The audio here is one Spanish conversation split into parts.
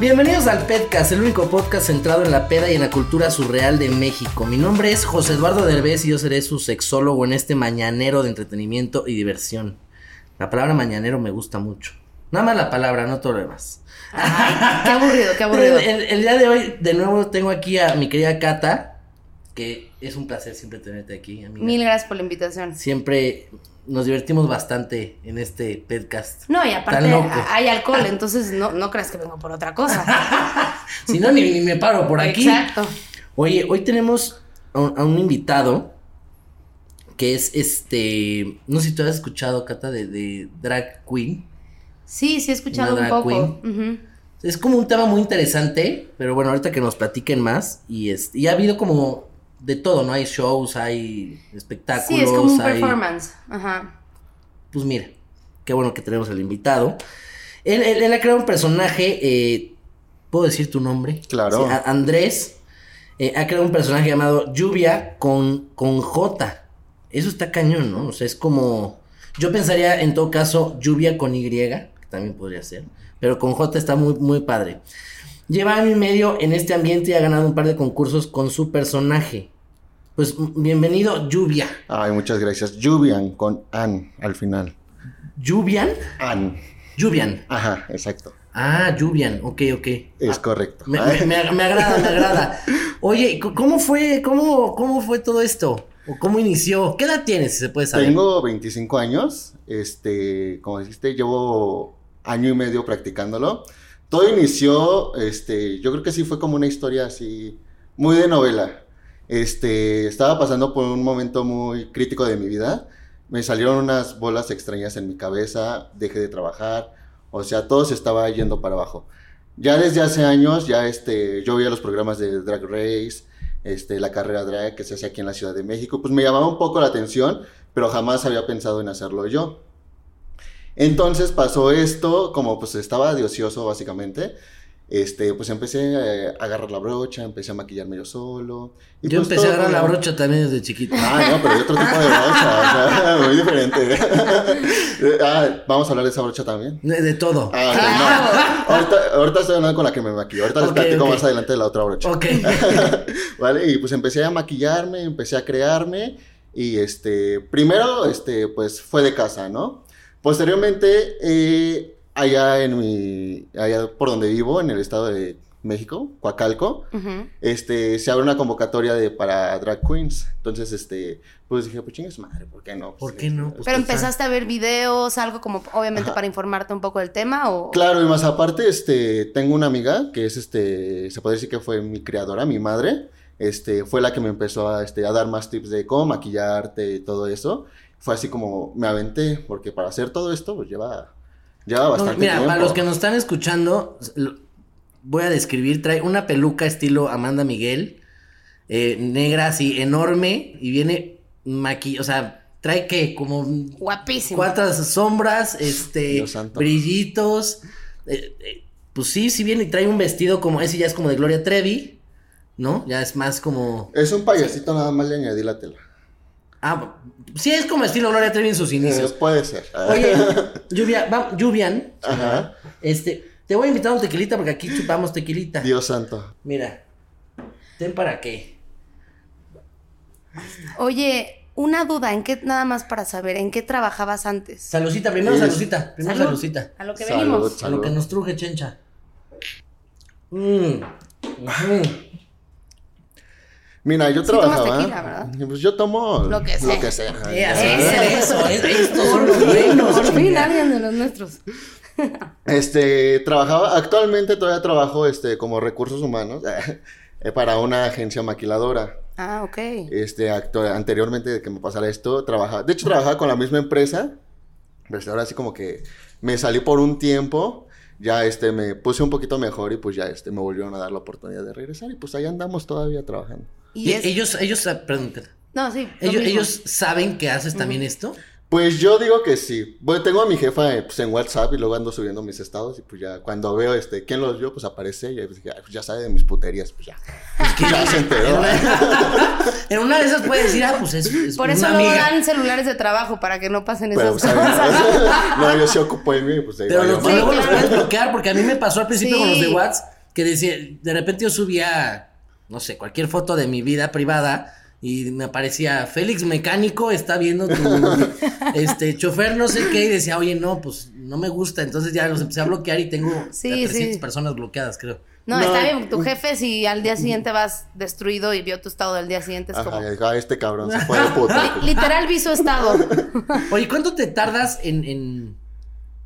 Bienvenidos al Pedcast, el único podcast centrado en la peda y en la cultura surreal de México. Mi nombre es José Eduardo Derbez y yo seré su sexólogo en este mañanero de entretenimiento y diversión. La palabra mañanero me gusta mucho. Nada más la palabra, no todo lo demás. Ay, qué aburrido, qué aburrido. El, el- el día de hoy, de nuevo, tengo aquí a mi querida Cata, que es un placer siempre tenerte aquí, amiga. Mil gracias por la invitación. Siempre nos divertimos bastante en este podcast. No, y aparte Tan loco. a- hay alcohol, entonces no, no creas que vengo por otra cosa. Si no, ni, ni me paro por aquí. Exacto. Oye, hoy tenemos a un, a un invitado que es este. No sé si tú has escuchado, Cata, de, de Drag Queen. Sí, sí he escuchado Una un drag poco. Ujú. Es como un tema muy interesante, pero bueno, ahorita que nos platiquen más. Y, este, y ha habido como de todo, ¿no? Hay shows, hay espectáculos. Sí, es como un hay- performance. Ajá. Pues mira, qué bueno que tenemos al invitado. Él, él- él ha creado un personaje, eh, ¿puedo decir tu nombre? Claro. Sí, a- Andrés eh, ha creado un personaje llamado Lluvia con, con J. Eso está cañón, ¿no? O sea, es como... Yo pensaría en todo caso Lluvia con Y, que también podría ser, pero con J está muy, muy padre. Lleva año y medio en este ambiente y ha ganado un par de concursos con su personaje. Pues m- bienvenido, Lluvia. Ay, muchas gracias. Juvian con An al final. ¿Lluvian? An. Lluvian. Ajá, exacto. Ah, Juvian, ok, ok. Es correcto. Ah, Me, Ay, me- me ag- me agrada, me agrada. Oye, c- ¿cómo fue, cómo, cómo fue todo esto? ¿O cómo inició? ¿Qué edad tienes, si se puede saber? Tengo 25 años. Este, como dijiste, llevo año y medio practicándolo. Todo inició, este, yo creo que sí fue como una historia así, muy de novela. Este, estaba pasando por un momento muy crítico de mi vida. Me salieron unas bolas extrañas en mi cabeza, dejé de trabajar, o sea, todo se estaba yendo para abajo. Ya desde hace años, ya este, yo veía los programas de Drag Race, este, la carrera drag que se hace aquí en la Ciudad de México, pues me llamaba un poco la atención, pero jamás había pensado en hacerlo yo. Entonces pasó esto, como pues estaba de ocioso básicamente, este, pues empecé eh, a agarrar la brocha, empecé a maquillarme yo solo. y, Yo pues, empecé a todo agarrar la fue- brocha también desde chiquito. Ah, no, pero de otro tipo de brocha, o sea, muy diferente. ah, vamos a hablar de esa brocha también. De, de todo. Ah, ok, no. Ahorita, ahorita estoy hablando con la que me maquillo. Ahorita les Ok, platico ok. más adelante de la otra brocha. Ok. ¿Vale? Y pues empecé a maquillarme, empecé a crearme. Y este, primero, este, pues fue de casa, ¿no? Posteriormente, eh, allá en mi, allá por donde vivo, en el estado de México, Coacalco, Ujú. este, se abre una convocatoria de, para drag queens. Entonces, este, pues dije, pues chingas madre, ¿por qué no? Pues, ¿Por qué no? pues, Pero o sea- empezaste a ver videos, algo como, obviamente, Ajá. para informarte un poco del tema o. Claro, y más aparte, este, tengo una amiga que es, este, se puede decir que fue mi creadora, mi madre. Este, fue la que me empezó a, este, a dar más tips de cómo maquillarte y todo eso. Fue así como me aventé, porque para hacer todo esto, pues lleva, lleva bastante Mira, tiempo. para los que nos están escuchando, lo- voy a describir, trae una peluca estilo Amanda Miguel, eh, negra así, enorme, y viene maquillada, o sea, trae que como Guapísimo. cuantas sombras, este, Dios santo. brillitos. eh, eh, pues sí, sí viene y trae un vestido como ese, ya es como de Gloria Trevi, ¿no? Ya es más como. Es un payasito, nada más le añadí la tela. Ah, sí, es como estilo Gloria Trevi en sus inicios. Eh, puede ser. Oye, Lluvia, va- Lluvian, Ajá. este, te voy a invitar a un tequilita porque aquí chupamos tequilita. Dios santo. Mira, ten para qué. Oye, una duda, ¿en qué, nada más para saber, ¿en qué trabajabas antes? Salucita, primero Es- salucita, primero Salud. salucita. A lo que Salud, venimos. A lo salud. que nos truje, chencha. Mm, ujú. Mira, yo Sí tomas trabajaba. tequila, ¿verdad? Pues yo tomo Lo que sea. sea. Eh, así Eso. es, eso, es- estos son los buenos, Por fin chinga. alguien de los nuestros. Este, trabajaba, actualmente todavía trabajo este, como recursos humanos eh, para una agencia maquiladora. Ah, ok. Este, acto- anteriormente de que me pasara esto, trabajaba, de hecho trabajaba con la misma empresa, pero ahora sí como que me salí por un tiempo, ya este, me puse un poquito mejor y pues ya este, me volvieron a dar la oportunidad de regresar y pues ahí andamos todavía trabajando. Y es- Ellos, ellos, sa- perdón, Cata. No, sí. lo ellos, mismo. ellos saben que haces también esto. Pues yo digo que sí. Bueno, tengo a mi jefa eh, pues, en WhatsApp y luego ando subiendo mis estados y pues ya cuando veo este quién los vio, pues aparece y pues, ya, pues, ya sabe de mis puterías, pues ya. ya se En enteró. una, en una de esas puedes decir, ah, pues es, es Por una eso no amiga. dan celulares de trabajo para que no pasen Pero esas pues, ahí- cosas. no, yo sí ocupo el mío y pues ahí Pero valió los, madre. luego los claro. puedes bloquear porque a mí me pasó al principio con los de Sí. WhatsApp. que decía, de repente yo subía, no sé, cualquier foto de mi vida privada y me aparecía, Félix Mecánico está viendo tu este, chofer no sé qué y decía, oye, no, pues no me gusta. Entonces ya los empecé a bloquear y tengo Sí, a 300 sí. personas bloqueadas, creo. No, No. está bien, tu jefe si al día siguiente vas destruido y vio tu estado del día siguiente es como... Ajá, dijo, "Ah, este cabrón se fue de puta. Literal vi su estado. Oye, ¿cuánto te tardas en, en,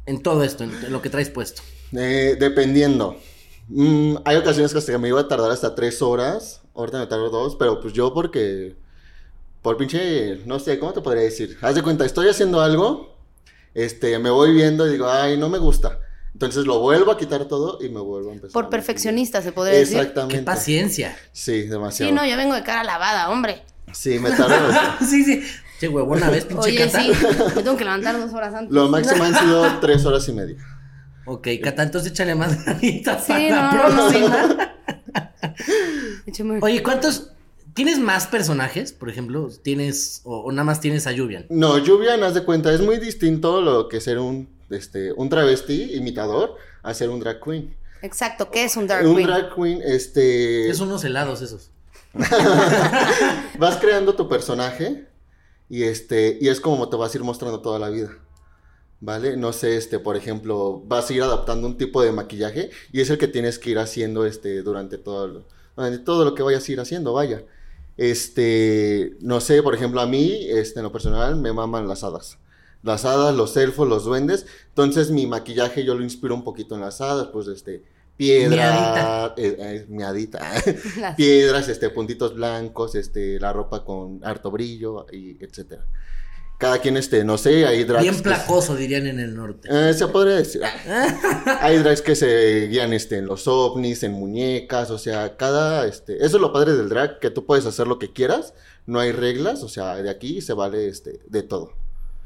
en todo esto, en, en lo que traes puesto? Eh, dependiendo. Mm, hay ocasiones que hasta me iba a tardar hasta tres horas. Ahorita me tardo dos, pero pues yo porque. Por pinche. No sé, ¿cómo te podría decir? Haz de cuenta, estoy haciendo algo. Este, me voy viendo y digo, ay, no me gusta. Entonces lo vuelvo a quitar todo y me vuelvo a empezar. Por a perfeccionista, se podría meter. decir. Qué Exactamente. paciencia. Sí, demasiado. Sí, no, yo vengo de cara lavada, hombre. Sí, me tardo. sí, sí. Sí, huevón, una vez, pinche Oye, cata. sí, me tengo que levantar dos horas antes. lo máximo han sido tres horas y media. Ok, Cata, entonces échale más ganitas Sí, para la no, no, próxima. Échame- Oye, ¿cuántos? ¿Tienes más personajes, por ejemplo? ¿Tienes, o, o nada más tienes a Juvian? No, Juvian, haz de cuenta, es muy distinto lo que ser un, este, un travesti imitador a ser un drag queen. Exacto, ¿qué es un dark un queen? drag queen, este. Es unos helados esos. Vas creando tu personaje y este. Y es como te vas a ir mostrando toda la vida. ¿Vale? No sé, este, por ejemplo, vas a ir adaptando un tipo de maquillaje y es el que tienes que ir haciendo este durante todo lo, durante todo lo que vayas a ir haciendo, vaya. Este, no sé, por ejemplo, a mí, este, en lo personal, me maman las hadas. Las hadas, los elfos, los duendes. Entonces, mi maquillaje yo lo inspiro un poquito en las hadas, pues, este, piedra, eh, eh, miadita. Las- piedras, este, puntitos blancos, este, la ropa con harto brillo, y etcétera. Cada quien, este, no sé, hay drags. Bien que- placoso, dirían en el norte. Eh, se podría decir. Ah. hay drags que se guían este, en los ovnis, en muñecas, o sea, cada, este, eso es lo padre del drag, que tú puedes hacer lo que quieras, no hay reglas, o sea, de aquí se vale este, de todo.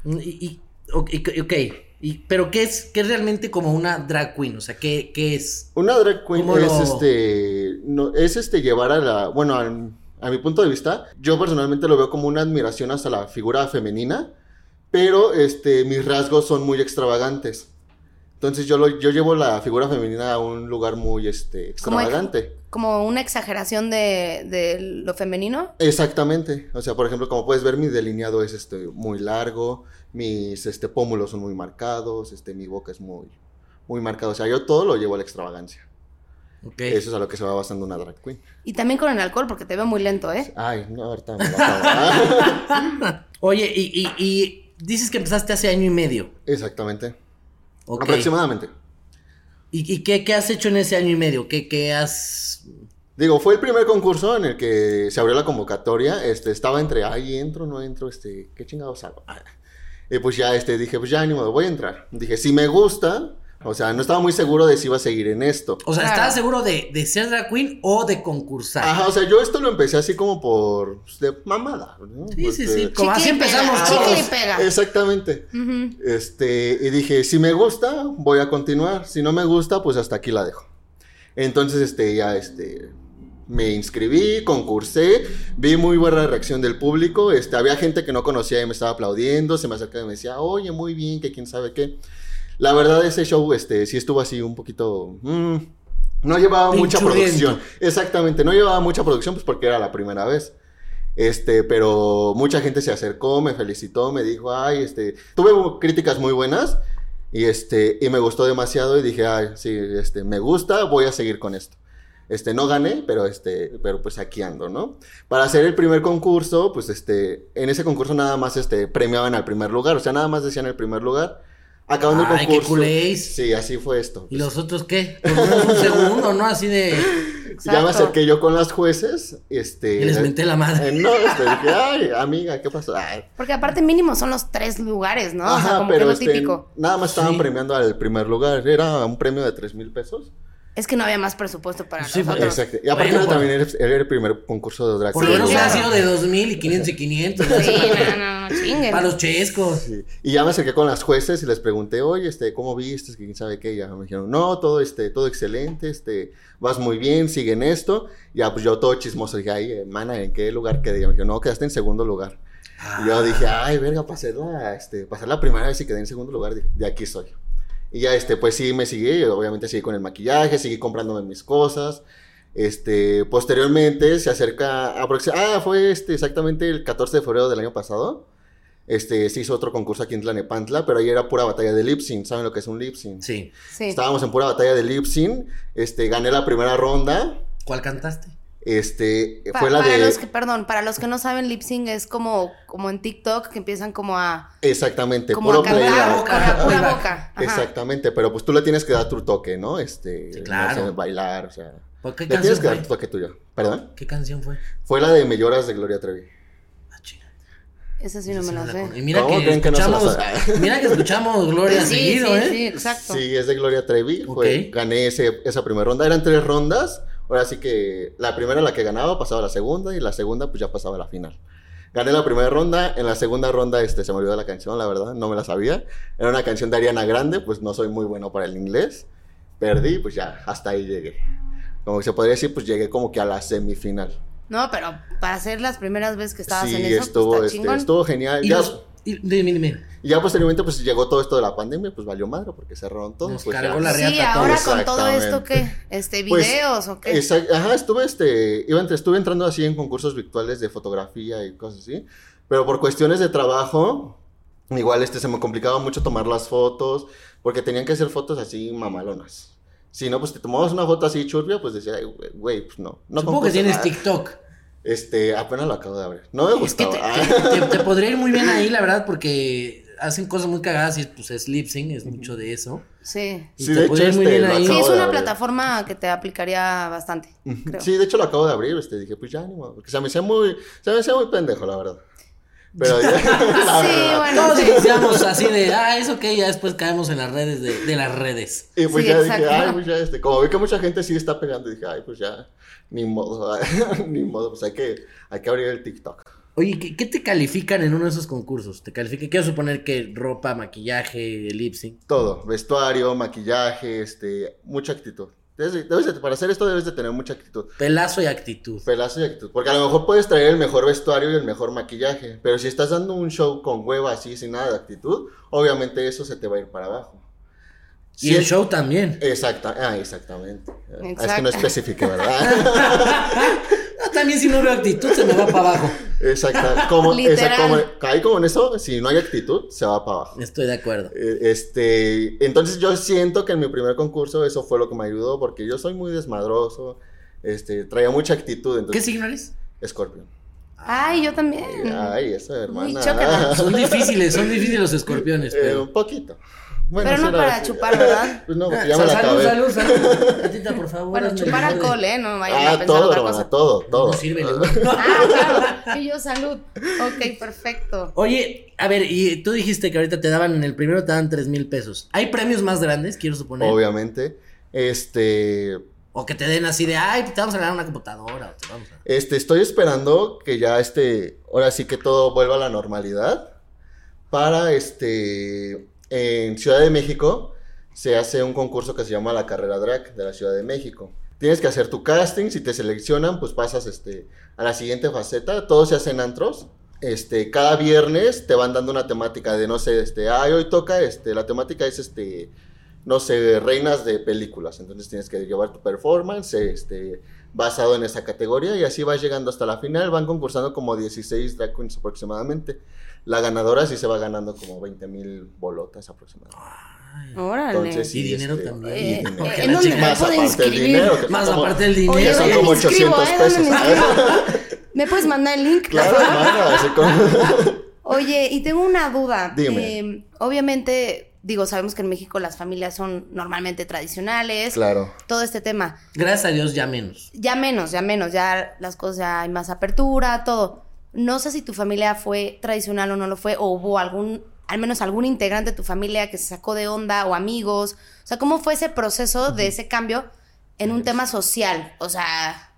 Y, y- ok, ok. Y- pero ¿qué es, qué es realmente como una drag queen? O sea, ¿qué, qué es? Una drag queen ¿Cómo es lo- este. No, es este llevar a la. Bueno, al- a, mi punto de vista, yo personalmente lo veo como una admiración hasta la figura femenina. Pero este, mis rasgos son muy extravagantes. Entonces yo, lo, yo llevo la figura femenina a un lugar muy este, Como ex- extravagante. Como una exageración de, de lo femenino. Exactamente. O sea, por ejemplo, como puedes ver, mi delineado es este, muy largo. Mis este, pómulos son muy marcados. Este, mi boca es muy, muy marcada. O sea, yo todo lo llevo a la extravagancia. Ok. Eso es a lo que se va basando una drag queen. Y también con el alcohol, porque te veo muy lento, ¿eh? Ay, no, ahorita me lo acabo. Ah, Oye, y, y- y dices que empezaste hace año y medio. Exactamente. Ok. Aproximadamente. ¿Y, y qué, qué has hecho en ese año y medio? ¿Qué, qué has...? Digo, fue el primer concurso en el que se abrió la convocatoria. Este, estaba entre, ay, entro, no entro, este, qué chingados hago. Ah. Y pues ya, este, dije, pues ya, ánimo, voy a entrar. Dije, si me gusta, o sea, no estaba muy seguro de si iba a seguir en esto. O sea, Claro. ¿estabas seguro de, de ser drag queen o de concursar? Ajá, o sea, yo esto lo empecé así como por, pues, de mamada, ¿no? Sí, sí, Porque- sí. Pues, Como así Chicle y pega, empezamos chicle todos. y pega. Exactamente. Ujú. Este, y dije, si me gusta, voy a continuar. Si no me gusta, pues hasta aquí la dejo. Entonces, este, ya, este, me inscribí, concursé, vi muy buena reacción del público. Este, había gente que no conocía y me estaba aplaudiendo, se me acercaba y me decía, oye, muy bien, que quién sabe qué. La verdad, ese show, este, sí estuvo así un poquito... mm, no llevaba mucha Pinchurriento. producción. Exactamente, no llevaba mucha producción, pues porque era la primera vez. Este, pero mucha gente se acercó, me felicitó, me dijo, ay, este, tuve mu- críticas muy buenas y este, y me gustó demasiado y dije, ay, sí, este, me gusta, voy a seguir con esto. Este, no gané, pero este, pero pues aquí ando, ¿no? Para hacer el primer concurso, pues este, en ese concurso nada más, este, premiaban al primer lugar, o sea, nada más decían el primer lugar. Acabando Ay, el qué concurso. culéis. Sí, así fue esto. ¿Y los otros qué? Pues, un segundo, ¿no? Así de... Ya me Exacto. acerqué yo con las jueces, este. Y les menté la madre. Eh, no, este, dije, ay, amiga, ¿qué pasó? Ay, Porque aparte mínimo son los tres lugares, ¿no? o sea, Ajá, como que pero lo este, típico. nada más estaban Sí. premiando al primer lugar. Era un premio de 3 mil pesos. Es que no había más presupuesto para Sí, nosotros. Exacto. Y aparte Bueno, era por- también era era el primer concurso de drag. Por lo queen. menos claro. ha sido de 2000 y 500 y 500. ¿no? Sí, no, no, no, chinguen. Para los chescos. Sí. Y ya me acerqué con las jueces y les pregunté, oye, este, ¿cómo viste? Es que ¿Quién sabe qué? Y Ya me dijeron, no, todo, este, todo excelente, este, vas muy bien, sigue en esto. Ya, pues yo todo chismoso dije, ay, hermana, ¿en qué lugar quedé? Y me dijeron, no, quedaste en segundo lugar. Y yo dije, ay, verga, pasé la, este, pasé la primera vez y quedé en segundo lugar, de, de aquí soy. Y ya, este, pues sí, me seguí, obviamente seguí con el maquillaje, seguí comprándome mis cosas. Este, posteriormente se acerca, aproxi- ah, fue este, exactamente el 14 de febrero del año pasado. Este, se hizo otro concurso aquí en Tlanepantla, pero ahí era pura batalla de lip sync, ¿saben lo que es un lip sync? Sí. Sí. Estábamos en pura batalla de lip sync, este, gané la primera ronda, ¿Cuál cantaste? este, Pa- fue la para de... los que, perdón, para los que no saben, lip sync es como, como en TikTok que empiezan como a, Exactamente, como puro a cantar playout. con la pura Playback. boca. Ajá. Exactamente, pero pues tú le tienes que dar tu toque, ¿no? Este, Sí, claro. no sé, bailar, o sea, ¿Por le qué tienes canción que dar fue? tu toque tuyo. ¿Perdón? ¿Qué canción fue? Fue la de Me lloras de Gloria Trevi. Ah, chinga. Esa sí no me la con- Y sé. mira ¿Cómo que creen que no se la escuchamos, mira que escuchamos Gloria sí, seguido, sí, ¿eh? sí, exacto. Sí, es de Gloria Trevi. Ok. Fue- gané ese- esa primera ronda. Eran tres rondas. Ahora sí que la primera la que ganaba pasaba a la segunda y la segunda pues ya pasaba a la final. Gané la primera ronda. En la segunda ronda este, se me olvidó la canción, la verdad. No me la sabía. Era una canción de Ariana Grande. Pues no soy muy bueno para el inglés. Perdí, pues ya, hasta ahí llegué. Como que se podría decir, pues llegué como que a la semifinal. No, pero para ser las primeras veces que estabas Sí, en eso, estuvo, pues, está este, chingón. estuvo genial. Y Ya- los- y- dime, dime. Y ya posteriormente, pues llegó todo esto de la pandemia, pues valió madre porque cerraron todo. Nos pues, cargó ya. la Sí, riata ahora todo. con todo esto que, Exactamente. este, Pues, videos o qué. Exact- Ajá, estuve, este, iba, entre- estuve entrando así en concursos virtuales de fotografía y cosas así, pero por cuestiones de trabajo, igual este, se me complicaba mucho tomar las fotos, porque tenían que hacer fotos así mamalonas. Si no, pues te tomabas una foto así churpia, pues decía, "Ay, güey, güey, pues no. no Supongo que concurso, tienes ah". TikTok. Este, apenas lo acabo de abrir. No me Es que gustaba. te, Ah. te- te- te podría ir muy bien ahí, la verdad, porque hacen cosas muy cagadas y pues es lip sync, es mucho de eso. Sí. Y Sí, te de podría hecho, ir muy este, bien lo ahí. Sí, acabo es de una abrir. plataforma que te aplicaría bastante, creo. Sí, de hecho lo acabo de abrir, este, dije, pues ya, ni modo, porque se me hacía muy, se me hacía muy pendejo, la verdad. Pero ya, la Sí, verdad. bueno, Todos sí. iniciamos así de, ah, es ok, ya después caemos en las redes de, de las redes. Y pues Sí, ya exacto. dije, ay, pues ya, este, como vi que mucha gente sí está pegando, dije, ay, pues ya, ni modo, ni modo, pues hay que, hay que abrir el TikTok. Oye, ¿qué, qué te califican en uno de esos concursos? Te califican, quiero suponer que ropa, maquillaje, lip sync. Todo, vestuario, maquillaje, este, mucha actitud. Debes de- debes de- para hacer esto debes de tener mucha actitud, Pelazo y actitud. pelazo y actitud, porque a lo mejor puedes traer el mejor vestuario y el mejor maquillaje, pero si estás dando un show con hueva así, sin nada de actitud, obviamente eso se te va a ir para abajo. Y Si el es- show también. Exacta, ah, exactamente. Ah, Es que Exacto. no especifique, ¿verdad? Ah, también si no veo actitud se me va para abajo. Exacta, como, Literal. esa- como, ahí como en eso, si no hay actitud, se va para abajo. Estoy de acuerdo. Eh, Este, entonces yo siento que en mi primer concurso eso fue lo que me ayudó porque yo soy muy desmadroso, este, traía mucha actitud, ¿Qué entonces signo eres? Scorpio. Ay, yo también. Ay, eso, hermana. chócala. Son difíciles, son difíciles los escorpiones, Eh, pero... un poquito. Pero no sí, la- para chupar, ¿verdad? Pues no, Ah, porque ya sal- me la salud, acabé. salud, salud. Gatita, por favor. Bueno, hazme el chupar favor de- alcohol, ¿eh? No vayan a Ah, pensar todo, otra hermana, cosa. todo, todo. No sirve, le digo. Ah, claro. Y yo, salud. Ok, perfecto. Oye, a ver, y tú dijiste que ahorita te daban, en el primero te daban tres mil pesos. ¿Hay premios más grandes, quiero suponer? Obviamente. Este, O que te den así de, ay, te vamos a ganar una computadora. O te vamos a... Este, estoy esperando que ya este, ahora sí que todo vuelva a la normalidad. Para este, en Ciudad de México se hace un concurso que se llama la carrera drag de la Ciudad de México. Tienes que hacer tu casting, si te seleccionan, pues pasas este, a la siguiente faceta. Todo se hace en antros. Este, cada viernes te van dando una temática de, no sé, este, ay, hoy toca, este, la temática es este, no sé, reinas de películas. Entonces tienes que llevar tu performance, este, basado en esa categoría y así vas llegando hasta la final. Van concursando como 16 drag queens aproximadamente. La ganadora sí se va ganando como 20 mil bolotas aproximadamente. Ay. Órale. Entonces, Y dinero este, también. y Eh, dinero. Porque ¿en la dónde chica- me Más puedo aparte el inscribir? dinero. que son Más como- aparte el Oye, dinero. son ¿dónde como me inscribo, 800 eh? ¿Dónde pesos. me inscribo? ¿Me puedes mandar el link? Claro, hermana, así como- Oye, y tengo una duda. Dime. Eh, obviamente, digo, sabemos que en México las familias son normalmente tradicionales. Claro. Todo este tema. Gracias a Dios, ya menos. Ya menos, ya menos, ya las cosas, ya hay más apertura, todo. No sé si tu familia fue tradicional o no lo fue, o hubo algún, al menos algún integrante de tu familia que se sacó de onda o amigos. O sea, ¿cómo fue ese proceso de ese cambio en un tema social? O sea,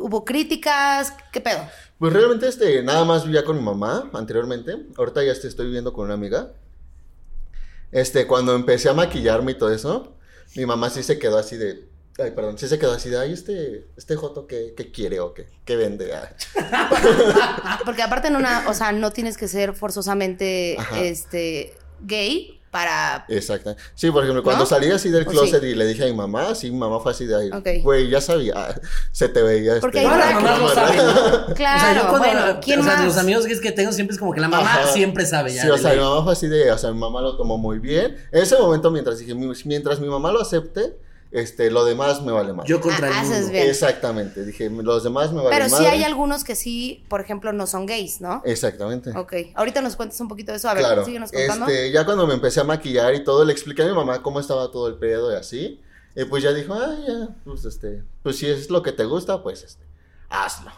¿hubo críticas? ¿Qué pedo? Pues realmente este, nada más vivía con mi mamá anteriormente. Ahorita ya este, estoy viviendo con una amiga. Este, cuando empecé a maquillarme y todo eso, mi mamá sí se quedó así de. Ay, perdón, sí se quedó así de, ay, este, este Joto, ¿qué, qué quiere o qué? ¿Qué vende? Ah, Ah. Porque aparte en una, o sea, no tienes que ser forzosamente, Ajá. este, gay para... Exacto. Sí, por ejemplo, cuando ¿No? salí así del ¿O closet sí? y le dije a mi mamá, sí, mi mamá fue así de ahí. Ok. Güey, ya sabía, ah, se te veía. este, Porque hay Todas las mamás lo cámara". saben, ¿no? Claro, bueno, ¿quién o sea, más? los amigos que, es que tengo siempre es como que la mamá Ajá. siempre sabe ya. Sí, o de sea, mi ley. mamá fue así de, o sea, mi mamá lo tomó muy bien. En ese momento, mientras dije, "Mi- mientras mi mamá lo acepte, este, lo demás me vale más. Yo contra Ah, el haces mundo. bien. Exactamente, dije, los demás me vale Pero más. sí hay algunos que sí, por ejemplo, no son gays, ¿no? Exactamente. Ok. Ahorita nos cuentas un poquito de eso. A ver, Claro. síguenos contando. Este, ya cuando me empecé a maquillar y todo, le expliqué a mi mamá cómo estaba todo el pedo y así. Y pues ya dijo, ah, ya, pues este, pues si es lo que te gusta, pues este, hazlo.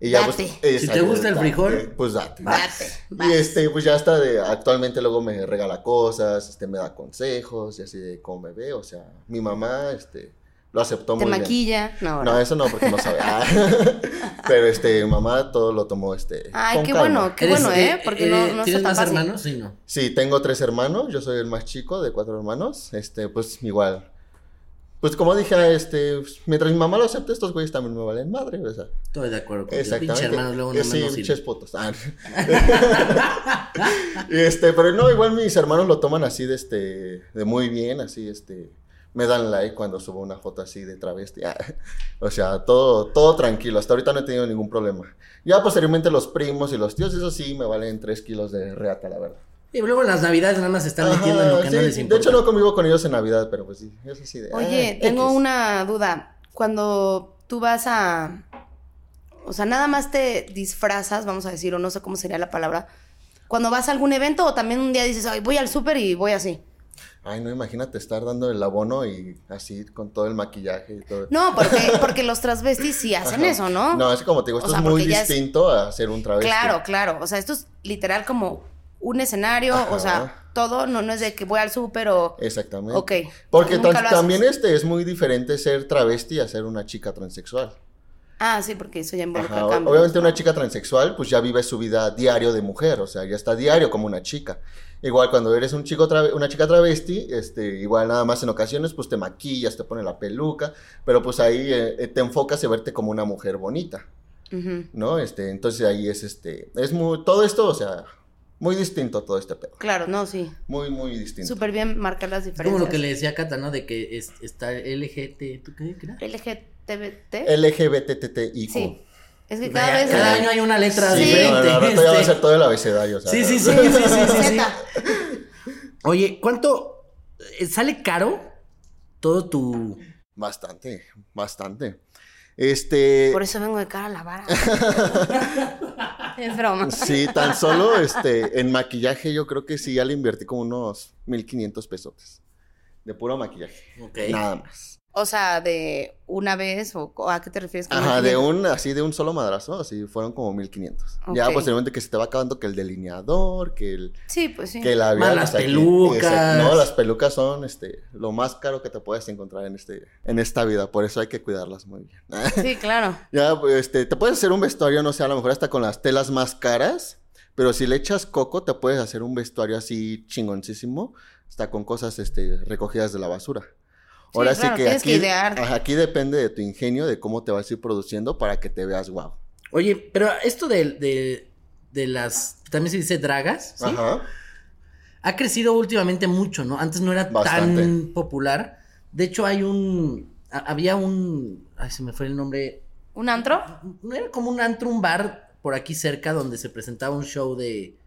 Y ya pues, Date. Si te gusta el date, frijol, pues date. Date, Y vas. este, pues ya está de, actualmente luego me regala cosas, este, me da consejos y así de cómo me veo, o sea, mi mamá, este, lo aceptó Te muy bien. maquilla. No, No, ¿verdad? eso no, porque no sabe. Ah. Pero este, mi mamá todo lo tomó este. Ay, con qué calma. bueno, qué Eres- bueno, eh, ¿eh? Porque no, no está ¿Tienes tan más fácil. hermanos? Sí, no. Sí, tengo tres hermanos, yo soy el más chico de cuatro hermanos, este, pues igual. Pues como dije, este, pues, mientras mi mamá lo acepte, estos güeyes también me valen madre, o sea, Estoy de acuerdo con exactamente. Pinche hermanos luego Eh, no sí, me pinches putos. Ah. Y, este, pero no, igual mis hermanos lo toman así de este, de muy bien, así, este, me dan like cuando subo una foto así de travesti. Ah, O sea, todo, todo tranquilo, hasta ahorita no he tenido ningún problema. Ya posteriormente los primos y los tíos, eso sí, me valen tres kilos de reata, la verdad. Y luego en las navidades nada más se están Ajá, metiendo en lo que sí, no les De importa. hecho, no convivo con ellos en Navidad, pero pues sí, es así de. Oye, ah, tengo X. una duda. Cuando tú vas a. O sea, nada más te disfrazas, vamos a decir, o no sé cómo sería la palabra. Cuando vas a algún evento o también un día dices, ay, voy al súper y voy así. Ay, no, imagínate estar dando el abono y así con todo el maquillaje y todo. No, porque, porque los transvestis sí hacen Ajá. eso, ¿no? No, es que como te digo, O esto sea, es muy porque ya es- distinto a ser un travesti. Claro, claro. O sea, esto es literal como un escenario, o sea, Ajá. Eh, todo, no, no es de que voy al súper o. Exactamente. Ok. Porque Nunca tan- lo haces. también este es muy diferente ser travesti a ser una chica transexual. Ah, sí, porque eso ya involucra Ajá, o- cambios. Obviamente una chica transexual pues ya vive su vida diario de mujer, o sea, ya está diario como una chica. Igual cuando eres un chico trave- una chica travesti, este, igual nada más en ocasiones pues te maquillas, te pones la peluca, pero pues ahí eh, eh, te enfocas en verte como una mujer bonita, Ujú. ¿no? Este, entonces ahí es este, es muy, todo esto, o sea, muy distinto todo este pedo, Claro, no, sí. muy, muy distinto. Súper bien marcar las Es como diferencias. lo que le decía a Cata, ¿no? De que es- está LGT, ¿tú qué crees? LGTBT. LGBTTIQ. Sí. Es que cada Cada, vez. cada año hay una letra Sí. diferente. no, no, no, ahorita ya va a este. ser todo el abecedario, o sea, Sí, sí, sí, sí, sí, sí, sí. Zeta. Oye, ¿cuánto eh, sale caro todo tu Bastante, bastante. Este, Por eso vengo de cara a la vara. es broma. Sí, tan solo este, en maquillaje yo creo que sí ya le invertí como unos 1500 pesos de puro maquillaje. Ok. Nada más. O sea, de una vez o o a qué te refieres con Ajá, el- de un, así de un solo madrazo, así fueron como 1500. Ya Ok. posteriormente que se te va acabando que el delineador, que el Sí, pues sí. que el labial, Más las que- pelucas. exacto. no, las pelucas son este lo más caro que te puedes encontrar en este en esta vida, por eso hay que cuidarlas muy bien. Sí, claro. Ya, pues, este, te puedes hacer un vestuario, no sé, a lo mejor hasta con las telas más caras, pero si le echas coco, te puedes hacer un vestuario así chingoncísimo, hasta con cosas, este, recogidas de la basura. Sí, claro, tienes que idear. ajá, aquí depende de tu ingenio, de cómo te vas a ir produciendo para que te veas guau. Oye, pero esto de, de, de las. También se dice dragas. ¿sí? Ajá. Ha crecido últimamente mucho, ¿no? Antes no era tan Bastante. popular. De hecho, hay un. a- había un. Ay, se me fue el nombre. ¿Un antro? No era como un antro, un bar por aquí cerca donde se presentaba un show de.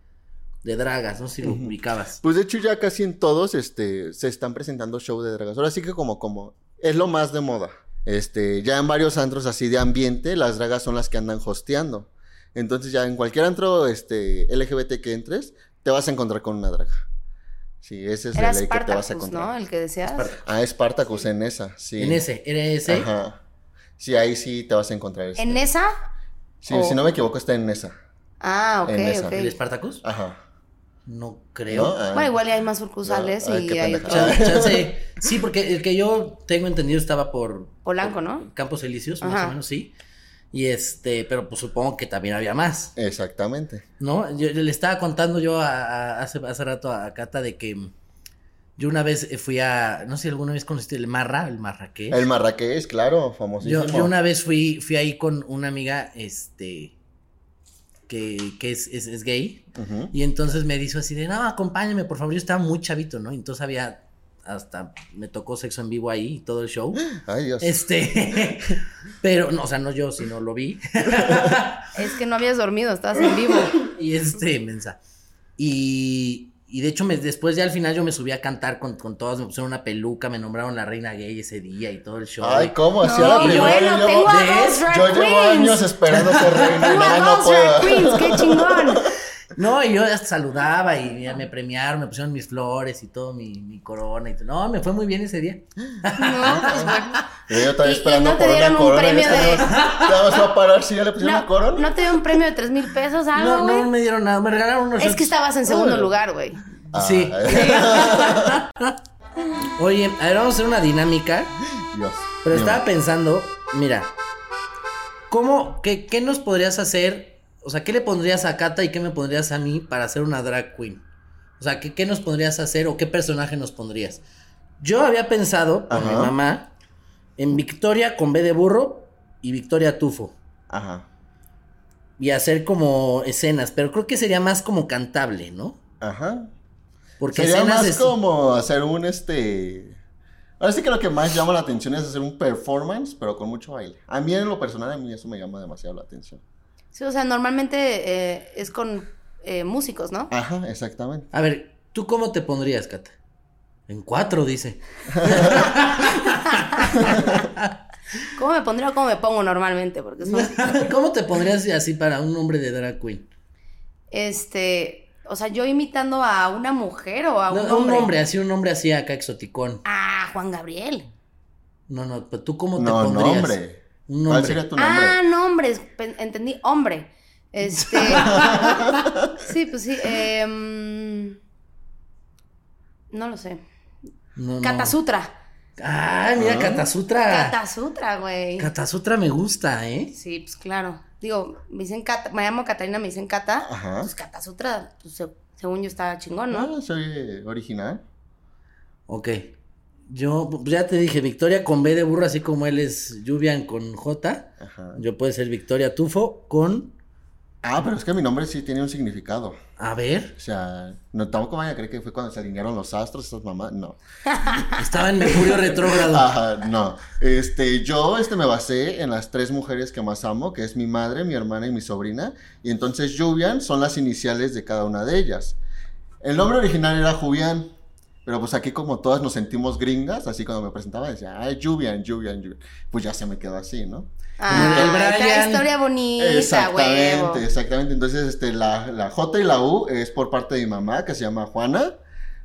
de dragas, no sé si lo ubicabas. Pues de hecho ya casi en todos, este, se están presentando shows de dragas. Ahora sí que como, como, es lo más de moda. Este, ya en varios antros así de ambiente, las dragas son las que andan hosteando. Entonces ya en cualquier antro, este, LGBT que entres, te vas a encontrar con una draga. Sí, ese es Era la ley que te vas a Spartacus, encontrar. ¿no? El que decías. Ah, Spartacus en esa, sí. En ese, era ese. Ajá. Sí, ahí sí te vas a encontrar. este. ¿En esa? Sí, o- si no me equivoco, está en esa. Ah, ok, En esa. ok. ¿El Spartacus? Ajá. No creo. ¿No? Ah. Bueno, igual ya hay más sucursales No, ay, y qué hay O otro. sea, pendejada. chance- sí, porque el que yo tengo entendido estaba por Polanco, ¿no? Campos Elíseos, más Ajá. o menos, sí. Y este, pero pues supongo que también había más, Exactamente. ¿no? Yo, yo le estaba contando yo a- a- hace, hace rato a Cata de que yo una vez fui a, no sé si alguna vez conociste el Marra, el Marraqués. El marraqués, claro, yo, famosísimo. yo una vez fui, fui ahí con una amiga, este, que, que es, es- es gay. Ujú. Y entonces me dijo así de, no, acompáñame, por favor. Yo estaba muy chavito, ¿no? Y entonces había, hasta me tocó sexo en vivo ahí y todo el show. Ay, Dios. Este, pero, no, o sea, no yo, sino lo vi. Es que no habías dormido, estabas en vivo. Y este, mensa. Y, y de hecho, me, después ya al final yo me subí a cantar con, con todas, me pusieron una peluca, me nombraron la reina gay ese día y todo el show. Ay, ¿cómo? Así No, a la primera bueno, yo llevo- tengo a ¿ves? dos drag Yo queens. llevo años esperando ser reina y Tengo a no, no dos drag puedo. queens, qué chingón. No, y yo hasta saludaba y ya me premiaron, me pusieron mis flores y todo, mi, mi corona y todo. No, me fue muy bien ese día. No, pues bueno. Y yo estaba Y- y esperando no te por una dieron un corona. y premio esta de- nada más- nada más va a parar si ya le pusieron No, una corona. ¿no te dio un premio de tres mil pesos, algo, No, güey. no me dieron nada, me regalaron unos Ah, pues, es que shots. estabas en segundo lugar, güey. Ah, Sí. Ah. Oye, a ver, vamos a hacer una dinámica. Dios. Pero mío. estaba pensando, mira, ¿cómo, qué, qué nos podrías hacer? O sea, ¿qué le pondrías a Cata y qué me pondrías a mí para hacer una drag queen? O sea, ¿qué, qué nos podrías hacer o qué personaje nos pondrías? Yo había pensado con mi Ajá. mamá en Victoria con B de burro y Victoria Tufo Ajá. y hacer como escenas, pero creo que sería más como cantable, ¿no? Ajá. Porque Sería escenas más es como hacer un este. Ahora sí que lo que más llama la atención es hacer un performance, pero con mucho baile. A mí en lo personal, a mí eso me llama demasiado la atención. Sí, o sea, normalmente eh, es con eh, músicos, ¿no? Ajá, exactamente. A ver, ¿tú cómo te pondrías, Cata? En cuatro, dice. ¿Cómo me pondría o cómo me pongo normalmente? Porque son, ¿Cómo te pondrías así para un hombre de drag queen? este, o sea, yo imitando a una mujer o a No, un un, hombre. hombre, así un hombre así acá exoticón. Ah, Juan Gabriel. No, no, pero tú cómo te No, pondrías. nombre. Un ¿Cuál hombre. sería tu nombre? Ah, nombres, pe- entendí, hombre. Este, sí, pues sí, em, no lo sé. No, no. Katasutra. Ah, mira, Ah. Katasutra. Katasutra, güey. Katasutra me gusta, ¿eh? Sí, pues claro. Digo, me dicen Cata, me llamo Catarina, me dicen Cata. Ajá. Pues Katasutra, pues, se- según yo estaba chingón, ¿no? No, soy original. Ok. Yo, pues, ya te dije, Victoria con B de burro, así como él es Juvian con J. Ajá. Yo puedo ser Victoria Tufo con. Ah, pero es que mi nombre sí tiene un significado. A ver, O sea, no tampoco vaya a creer que fue cuando se alinearon los astros, esas mamás. No. estaba en Mercurio Retrógrado. Ajá, no. Este, yo este, me basé en las tres mujeres que más amo, que es mi madre, mi hermana y mi sobrina. Y entonces Juvian son las iniciales de cada una de ellas. El nombre original era Juvian, pero pues aquí como todas nos sentimos gringas, así cuando me presentaba decía, ay, Juvian, Juvian, Juvian. Pues ya se me quedó así, ¿no? el Ah, Brian. cada historia bonita, Exactamente, huevo. exactamente. Entonces, este, la, la J y la U es por parte de mi mamá, que se llama Juana.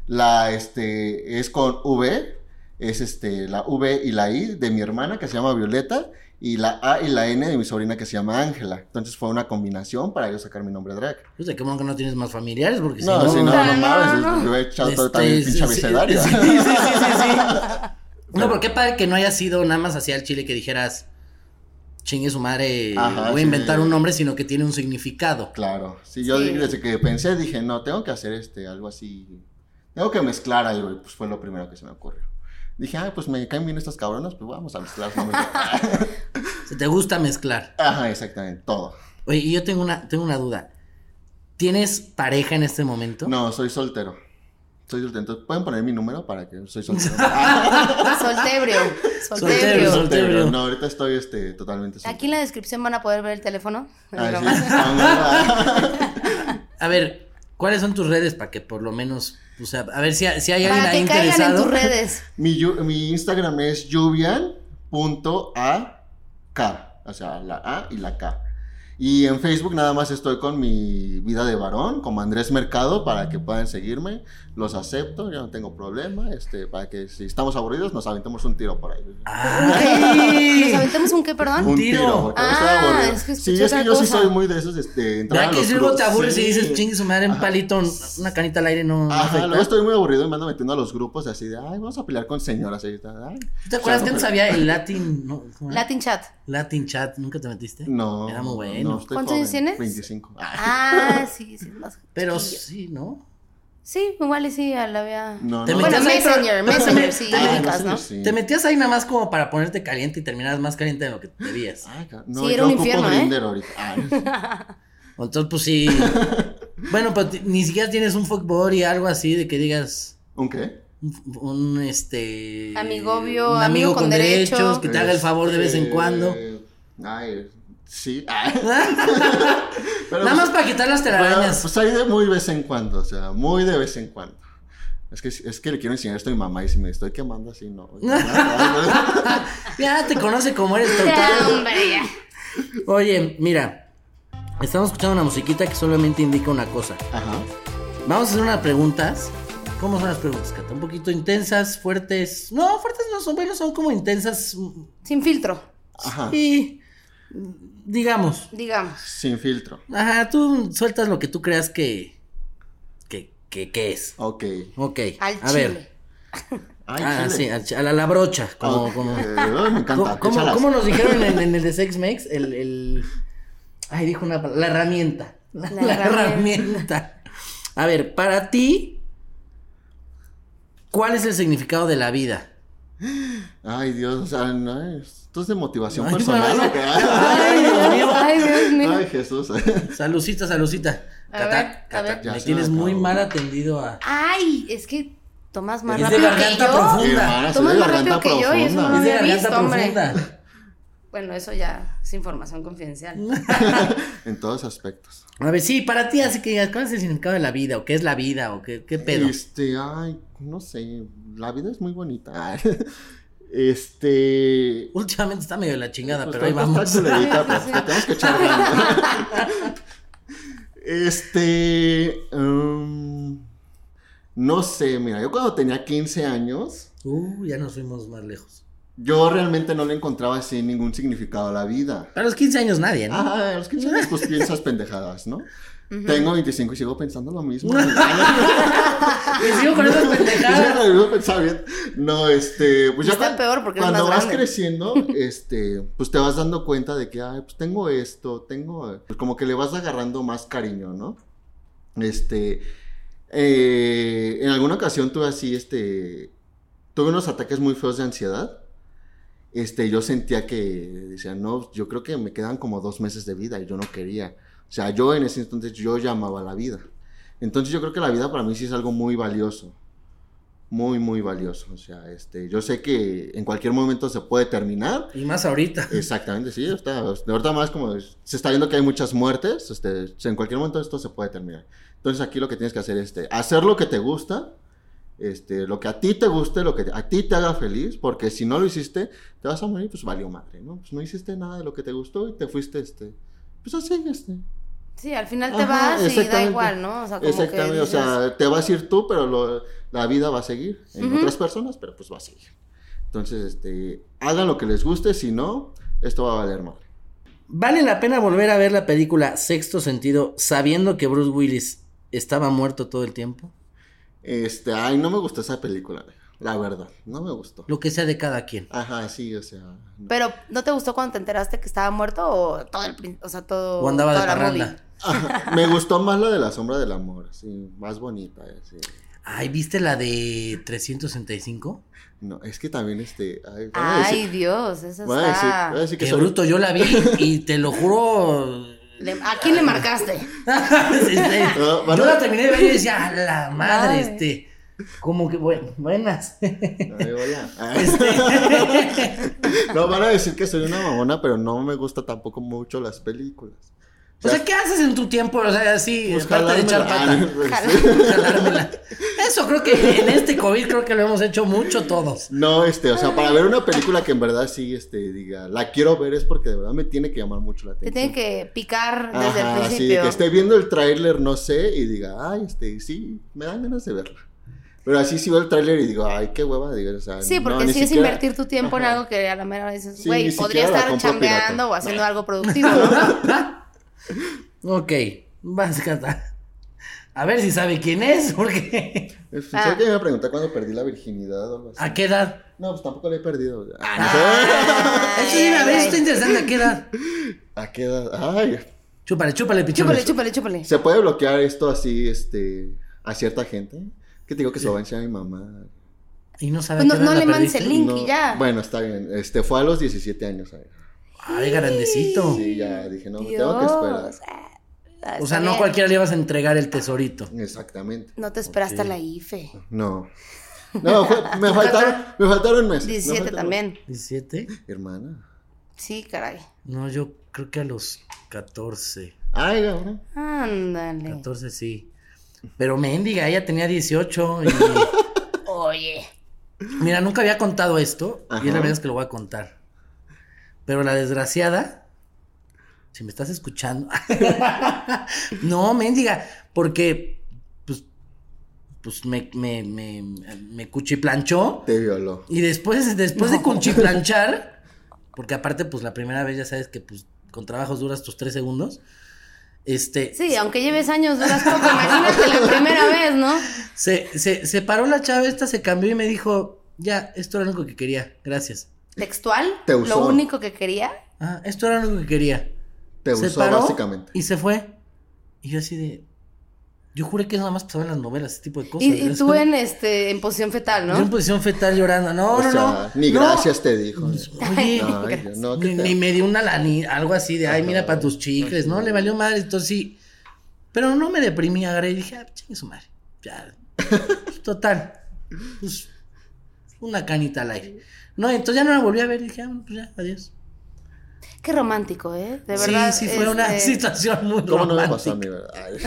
La este es con V, es este, la V y la I de mi hermana, que se llama Violeta. Y la A y la N de mi sobrina, que se llama Ángela. Entonces fue una combinación para yo sacar mi nombre drag. Pues de qué modo que no tienes más familiares, porque si no, si no, no, no mames, no, no. yo he echado todo Este, también el pinche sí, sí, abecedario. sí, sí, sí, sí, sí. No, pero qué padre que no haya sido nada más hacia el chile que dijeras, chingue su madre, Ajá, voy a sí. inventar un nombre, sino que tiene un significado. Claro, sí, yo Sí. desde que pensé dije, no, tengo que hacer este, algo así, tengo que mezclar algo, y pues fue lo primero que se me ocurrió. Dije, ah, pues me caen bien estos cabrones, pues vamos a mezclar. nombres". Se te gusta mezclar. Ajá, exactamente, todo. Oye, y yo tengo una, tengo una duda. ¿Tienes pareja en este momento? No, soy soltero. Soy soltero, entonces pueden poner mi número para que soy soltero. Soltebrio. Soltebrio, Soltebrio. soltero. No, ahorita estoy este, totalmente soltero. Aquí en la descripción van a poder ver el teléfono. Ah, sí, Broma. A ver, ¿cuáles son tus redes para que por lo menos, o sea, a ver si, si hay alguien Para ahí que caigan en interesado? tus redes. mi, yu- mi Instagram es juvian.ak, o sea, la A y la K. Y en Facebook nada más estoy con mi vida de varón, como Andrés Mercado, para que puedan seguirme. Los acepto, yo no tengo problema. Este, para que si estamos aburridos nos aventemos un tiro por ahí. ¿Nos ¡Ay! aventamos un qué, perdón? Un tiro. tiro, porque no Ah, estoy aburrido. es que sí, escuché es que otra yo sí cosa. soy muy de esos, este, entrar Ya a que los si luego te grupos, aburres y sí. dices, chingue su madre, un palito, una canita al aire no... no Ajá, afecta"? luego estoy muy aburrido y me ando metiendo a los grupos así de, ay, vamos a pelear con señoras. ahí está, ay. ¿Tú ¿Te acuerdas O sea, que no, antes había el Latin, no, ¿cómo era? Latin Chat. Latin Chat? ¿Nunca te metiste? No. Era muy bueno. no, estoy ¿Cuántos años joven, tienes? 25. Ah, Ah, sí, sí. más Pero chiquillo. sí, ¿no? Sí, igual y sí, a la había... No, Te no. Bueno, metías ahí, pero- Messenger, pero- Messenger, sí, Ah, ubicas, no sé, ¿no? sí. Te metías ahí nada más como para ponerte caliente y terminabas más caliente de lo que te veías. Ah, ca- no, Sí, era yo un ocupo infierno, ¿eh? Grindr ahorita. Ah, Entonces, pues sí. bueno, pero ti- ni siquiera tienes un fuckboy y algo así de que digas ¿Un qué? un, f- un, este. Amigobio, un amigo con derecho. que te haga el favor de vez en Este, cuando. Ay, sí. Ah, pero Nada más pues- para quitar las Bueno, telarañas. pues hay de muy vez en cuando, o sea, muy de vez en cuando. Es que, es que le quiero enseñar esto a mi mamá y si me estoy quemando así, no. Ya te conoce como eres total. Ya, hombre, ya. Oye, mira. Estamos escuchando una musiquita que solamente indica una cosa. Ajá. Vamos a hacer unas preguntas. ¿Cómo son las preguntas, Cata? Un poquito intensas, fuertes. No, fuertes no son, bueno, son como intensas. mm, Sin filtro, Ajá. Y. mm, Digamos. digamos. Sin filtro. Ajá, tú sueltas lo que tú creas que. que, que, que es. Ok. Ok. Al a chile. ver. Ay, Ah, chile. sí, al chi- a la, la brocha. Como, Ok, como- ay, me encanta. ¿Cómo, cómo, échalas. cómo nos dijeron en, en el de Sex Mex? El, el- Ay, dijo una palabra. La herramienta. La, La la herramienta. herramienta. A ver, para ti, ¿cuál es el significado de la vida? Ay, Dios, o sea, no, esto es de motivación Ay, personal. no. ¿o qué? Ay, Dios mío. Ay, Dios mío. Ay, Jesús. Salucita, salucita. A Cata, ver, a Cata, ver. Me Ya se tienes me acabó. muy mal atendido a. Ay, es que tomas más Es de rápido que garganta yo. profunda. Hermana, soy Tomas de más rápido garganta que yo y eso no es profunda. de había garganta visto, hombre. profunda. Bueno, eso ya es información confidencial. En todos aspectos. A ver, sí, para ti, así que digas, ¿cuál es el significado de la vida? ¿O qué es la vida? ¿O qué, qué pedo? Este, ay, no sé. La vida es muy bonita. Ay, Este. Últimamente está medio de la chingada, Pues pero ahí tanto vamos. está culerita, pues, que tenemos que echar ganas. Este. mm, no sé, mira, yo cuando tenía 15 años, Uh, ya nos fuimos más lejos. yo realmente no le encontraba así ningún significado a la vida. Para los 15 años nadie, ¿no? Ah, a los 15 años, pues piensas pendejadas, ¿no? Tengo 25 y sigo pensando lo mismo. Y sigo con esas Ese pendejadas. revivió pensamiento. No, este, pues ya Está cuan- peor porque es cuando más vas grande. creciendo, este, pues te vas dando cuenta de que, ay, pues tengo esto, tengo, pues como que le vas agarrando más cariño, ¿no? Este, eh, en alguna ocasión tuve así, este, tuve unos ataques muy feos de ansiedad. Este, yo sentía que, decía, no, yo creo que me quedan como dos meses de vida y yo no quería. O sea, yo en ese entonces, yo llamaba la vida. Entonces yo creo que la vida para mí sí es algo muy valioso. Muy, muy valioso. O sea, este, yo sé que en cualquier momento se puede terminar. Y más ahorita. Exactamente, sí. Está, de ahorita más como es- se está viendo que hay muchas muertes. Este, en cualquier momento esto se puede terminar. Entonces aquí lo que tienes que hacer es este, hacer lo que te gusta. Este, lo que a ti te guste, lo que a ti te haga feliz, porque si no lo hiciste, te vas a morir, pues valió madre, ¿no? Pues no hiciste nada de lo que te gustó y te fuiste, este, pues así, este, Sí, al final te Ajá, vas y da exactamente. igual, ¿no? O sea, como Exactamente, que o dices, sea, te vas a ir tú, pero lo- la vida va a seguir en Ujú. otras personas, pero pues va a seguir. Entonces, este, hagan lo que les guste, si no, esto va a valer madre. ¿Vale la pena volver a ver la película Sexto Sentido sabiendo que Bruce Willis estaba muerto todo el tiempo? Este, ay, no me gustó esa película, la verdad, no me gustó. Lo que sea de cada quien. Ajá, sí, o sea. no. Pero ¿no te gustó cuando te enteraste que estaba muerto o todo el prin- o sea, todo O andaba de toda la parranda. movie? Ajá, me gustó más la de la sombra del amor, sí, más bonita, eh, sí. Ay, ¿viste la de 365? No, es que también este, ay, van a Ay, decir- Dios, esa van a decir- está van a decir que Qué soy- bruto, yo la vi y te lo juro. pues. Le- ¿A quién le marcaste? Este, Ah, yo bueno. la terminé de ver y yo decía, "A la madre, Ay. este. Como que, bueno, buenas. Ay, hola. Ah. Este. No, van a decir que soy una mamona, pero no me gusta tampoco mucho las películas. O sea, ¿qué haces en tu tiempo? O sea, así, aparte de echar pata. pata. jalármela. Eso creo que en este COVID creo que lo hemos hecho mucho todos. No, este, o sea, para ver una película que en verdad sí, este, diga, la quiero ver es porque de verdad me tiene que llamar mucho la Te tiene atención. que picar desde Ajá, el Así de principio. que esté viendo el tráiler, no sé, y diga, ay, este, sí, me dan ganas de verla. Pero así sí veo el tráiler y digo, ay, qué hueva, digo, o sea, Sí, no, porque ni sí es siquiera- invertir tu tiempo en Ajá. algo que a la mera vez dices, Sí, güey, ni podría siquiera la estar compro pirata. chambeando o haciendo algo productivo, ¿no? Ok, vas, Cata. A ver si sabe quién es, porque. Eh, ¿sabes Ah. que me iba a preguntar cuándo perdí la virginidad o algo así? ¿A qué edad? No, pues tampoco la he perdido. Ah, Ay, Eso sí, a ay, ver, ay. eso está interesante. ¿A qué edad? ¿A qué edad? Ay, Chúpale, chúpale, Chúpale, pichones. chúpale, chúpale. ¿Se puede bloquear esto así, este, a cierta gente? Que te digo que se lo va a enseñar a mi mamá. Y no sabe Pues no- a qué edad no la le mandes perdiste. el link y No, ya. Bueno, está bien. Este, fue a los 17 años. a ver. Ay, grandecito. Sí, ya dije, no, me pues tengo que esperar. Dios. Ah, Ah, O está sea, no bien. cualquiera le ibas a entregar el tesorito. Exactamente. No te esperaste Ok. la E. IFE. No. No, fue- me, faltaron, me faltaron meses. me 17 faltaron- también. ¿17? Hermana. Sí, caray. No, yo creo que a los 14. Ay, cabrón. Ándale. 14 sí. Pero mendiga, ella tenía 18 y... Oye. Mira, nunca había contado esto y es Ajá. la verdad es que lo voy a contar. Pero la desgraciada, si me estás escuchando, no, mendiga, porque pues, pues me, me, me, me cuchiplanchó Te violó. y después, después de cuchiplanchar, porque aparte pues la primera vez ya sabes que pues con trabajos duras tus tres segundos, este, Sí, aunque lleves años, duras poco. Imagínate la primera vez, ¿no? se, se, se paró la chava esta, se cambió y me dijo, ya, esto era lo único que quería, gracias. Textual. Te usó. Lo único que quería. Ah, esto era lo que quería. Te se usó paró básicamente. Y se fue. Y yo así de. Yo juré que nada más pasaba en las novelas, ese tipo de cosas. Y, y tú en este en posición fetal, Yo en ¿no? posición fetal llorando. No, O no, sea, no. ni no. gracias te dijo. Oye, Ay, Dios, no, ni, ¿qué te- ni me dio una lani, algo así de, ay, mira, Ajá. para tus chicles, ¿no? Le valió madre, entonces sí. Pero no me deprimí, agarré y dije, ah, chingue su madre. Ya. Total. Pues, una canita al aire. No, entonces ya no la volví a ver, dije, ah, bueno, pues ya, adiós. Qué romántico, ¿eh? De verdad. sí, sí, fue una este, situación muy ¿Cómo no me romántica. pasó a mí, verdad? Ay.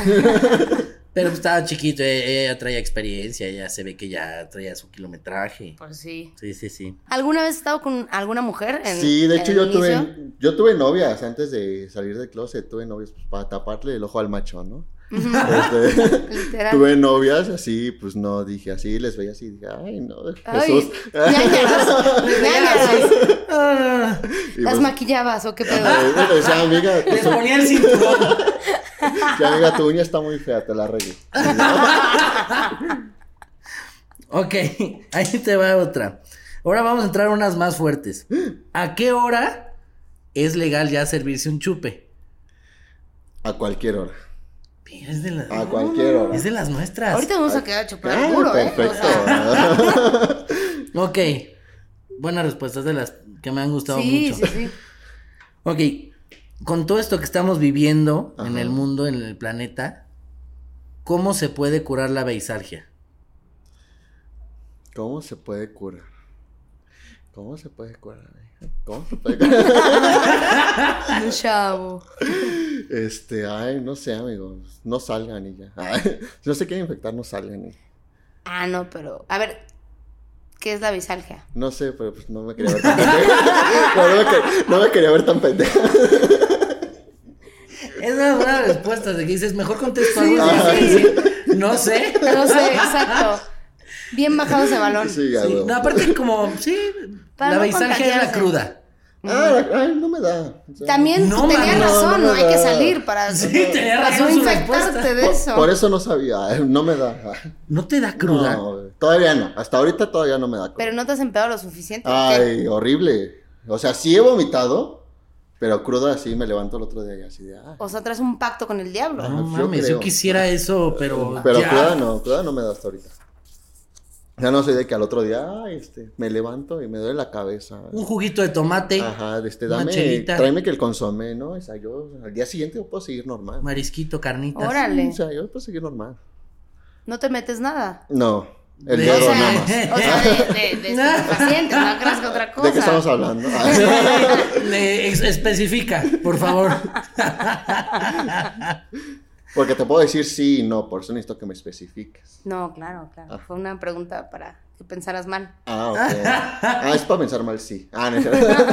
Pero pues estaba chiquito, eh, ella ya traía experiencia, ya se ve que ya traía su kilometraje. Pues sí. Sí, sí, sí. ¿Alguna vez has estado con alguna mujer? en- Sí, de en hecho el yo inicio? tuve, yo tuve novias antes de salir del closet, tuve novias pues, para taparle el ojo al macho, ¿no? Este, Literal. tuve novias así, pues no, dije así, les veía así, dije, ay, no, Ay, Jesús. ñañaras, ñañaras. Ah, Y Las pues, maquillabas o qué pedo. eh, bueno, decía, amiga, tu, les ponía el cinturón. decía, amiga, tu uña está muy fea, te la arreglo. ok, ahí te va otra. Ahora vamos a entrar a unas más fuertes. ¿A qué hora es legal ya servirse un chupe? A cualquier hora, Mira, es de, las- a cualquier hora. es de las nuestras. Ahorita vamos a quedar chupando Ay, duro, ¿eh? perfecto. O sea, Ok, buenas respuestas de las que me han gustado sí, mucho. sí, sí. Ok, con todo esto que estamos viviendo en Ajá. el mundo, en el planeta, ¿cómo se puede curar la beisargia? ¿Cómo se puede curar? ¿Cómo se puede curar? amiga? ¿Cómo se puede curar? Un chavo. Este, ay, no sé, amigos. No salgan y ya. Ay, si no se quieren infectar, no salgan. y- Ah, no, pero. A ver, ¿qué es la bisalgia? No sé, pero pues no me quería ver tan pendeja. No, no me, quer- no me quería ver tan pendeja. Esas son las respuestas de que dices, mejor contesto Sí, algo. sí, que decir, No sé. No sé, exacto. Bien bajados de balón. Sí, ya, Sí, huevo. No, aparte como, sí, Para la no beisargia es la contagiarse. cruda. Ah, ay, no me da. O sea, También No, tenías mami. razón, No, no, no, hay no. que salir para, Sí, tenía para razón no su respuesta. infectarte de por, eso. por eso no sabía. ay, No me da. Ay, ¿No te da cruda? No, todavía no. Hasta ahorita todavía no me da. Pero no te has empeorado lo suficiente. ¿qué? Ay, horrible. O sea, sí he vomitado, pero cruda así me levanto el otro día y así de. ah, ay. O sea, traes un pacto con el diablo. No yo mames, yo creo. quisiera eso, pero. Pero ya. cruda no, cruda no me da hasta ahorita. Ya no soy de que al otro día, ay, este, me levanto y me duele la cabeza. Un juguito de tomate, Ajá, de este, Una dame, chelita. tráeme que el consomé, ¿no? O sea, yo al día siguiente yo puedo seguir normal. marisquito, carnitas. Órale. O sea, yo puedo seguir normal. No te metes nada. No, el De- O Pero dedo nada sea, o más. sea, de, de, de estupefacientes, no creas que otra cosa. ¿De qué estamos hablando? Ah, Le ex- especifica, por favor. Porque te puedo decir sí y no, por eso necesito que me especifiques. No, claro, claro. Fue una pregunta para que pensaras mal. Ah, ok. Ah, es para pensar mal, sí. Ah, no es cierto.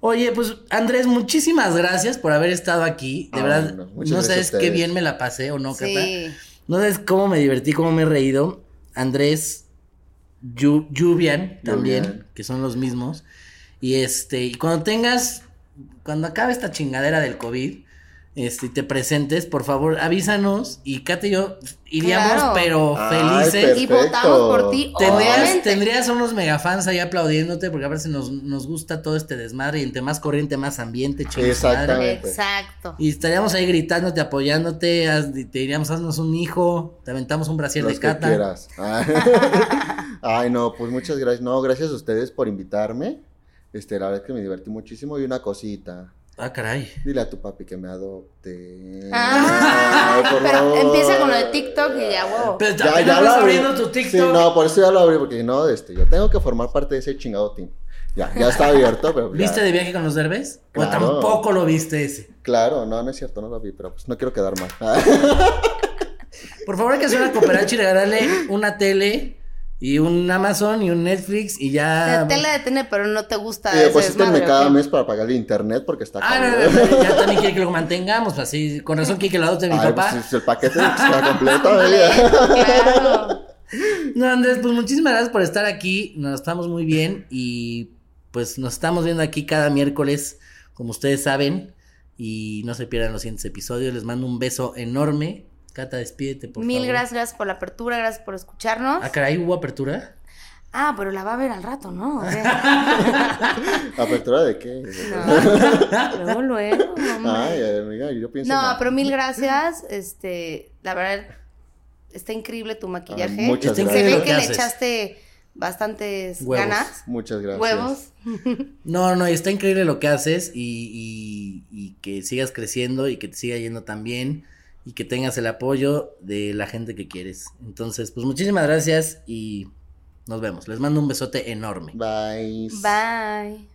Oye, pues Andrés, muchísimas gracias por haber estado aquí. De Ay, verdad, no, no, muchas gracias a sabes qué ustedes. bien me la pasé o no, Cata. sí. No sabes cómo me divertí, cómo me he reído. Andrés, Yu- Yubian también, Yubian. que son los mismos. Y este, y cuando tengas, cuando acabe esta chingadera del COVID, este, y te presentes, por favor, avísanos. Y Cata y yo iríamos, Claro. pero Ay, felices. perfecto. Y votamos por ti, Tendrías, obviamente. tendrías unos megafans ahí aplaudiéndote porque a veces nos, nos gusta todo este desmadre y entre más corriente, más ambiente, chingada. Exactamente. Exacto. Y estaríamos ahí gritándote, apoyándote, haz- te diríamos, haznos un hijo, te aventamos un brasier Los de que cata. quieras. Ah. Ay, no, pues muchas gracias. No, gracias a ustedes por invitarme. Este, la verdad es que me divertí muchísimo. Y una cosita. Ah, caray. Dile a tu papi que me adopte. Ah, Ay, por pero favor. empieza con lo de TikTok y ya, wow. Pero Ya, también ya lo estás abrí. abriendo tu TikTok. Sí, no, por eso ya lo abrí, porque no, este, yo tengo que formar parte de ese chingado team. Ya, ya está abierto, pero. ya- ¿Viste de viaje con los derbes? Claro. O tampoco lo viste ese. Claro, no, no es cierto, no lo vi, pero pues no quiero quedar mal. Ah, Por favor, hay que hacer una cooperacha y regalarle una tele y un Amazon y un Netflix y ya. La tela de tener, pero no te gusta. Ah, y pues ese deposítenme desmadre, ¿o cada qué? mes para pagar el internet porque está Ah, no, caro. no, no, ya también quiere que lo mantengamos, así. Con razón quiere que lo adopte mi Ay, papá. pues, es el paquete pues, está completo. ¿eh? Claro. No, Andrés, pues muchísimas gracias por estar aquí. Nos estamos muy bien y pues nos estamos viendo aquí cada miércoles, como ustedes saben. Y no se pierdan los siguientes episodios. Les mando un beso enorme. Cata, despídete, por Mil favor. gracias, gracias por la apertura, gracias por escucharnos. Ah, caray, ¿hubo apertura? Ah, pero la va a ver al rato, ¿no? ¿O qué? ¿Apertura de qué? No. Luego, luego. Ay, hombre. amiga, yo pienso. No, mal. pero mil gracias. Este, la verdad, está increíble tu maquillaje. Ay, Ah, muchas Está Se increíble ve lo que que le haces. echaste bastantes Huevos. ganas, Muchas gracias. huevos. No, no, y está increíble lo que haces y, y- y que sigas creciendo y que te siga yendo tan bien y que tengas el apoyo de la gente que quieres. Entonces, pues muchísimas gracias y nos vemos. Les mando un besote enorme. Bye. Bye.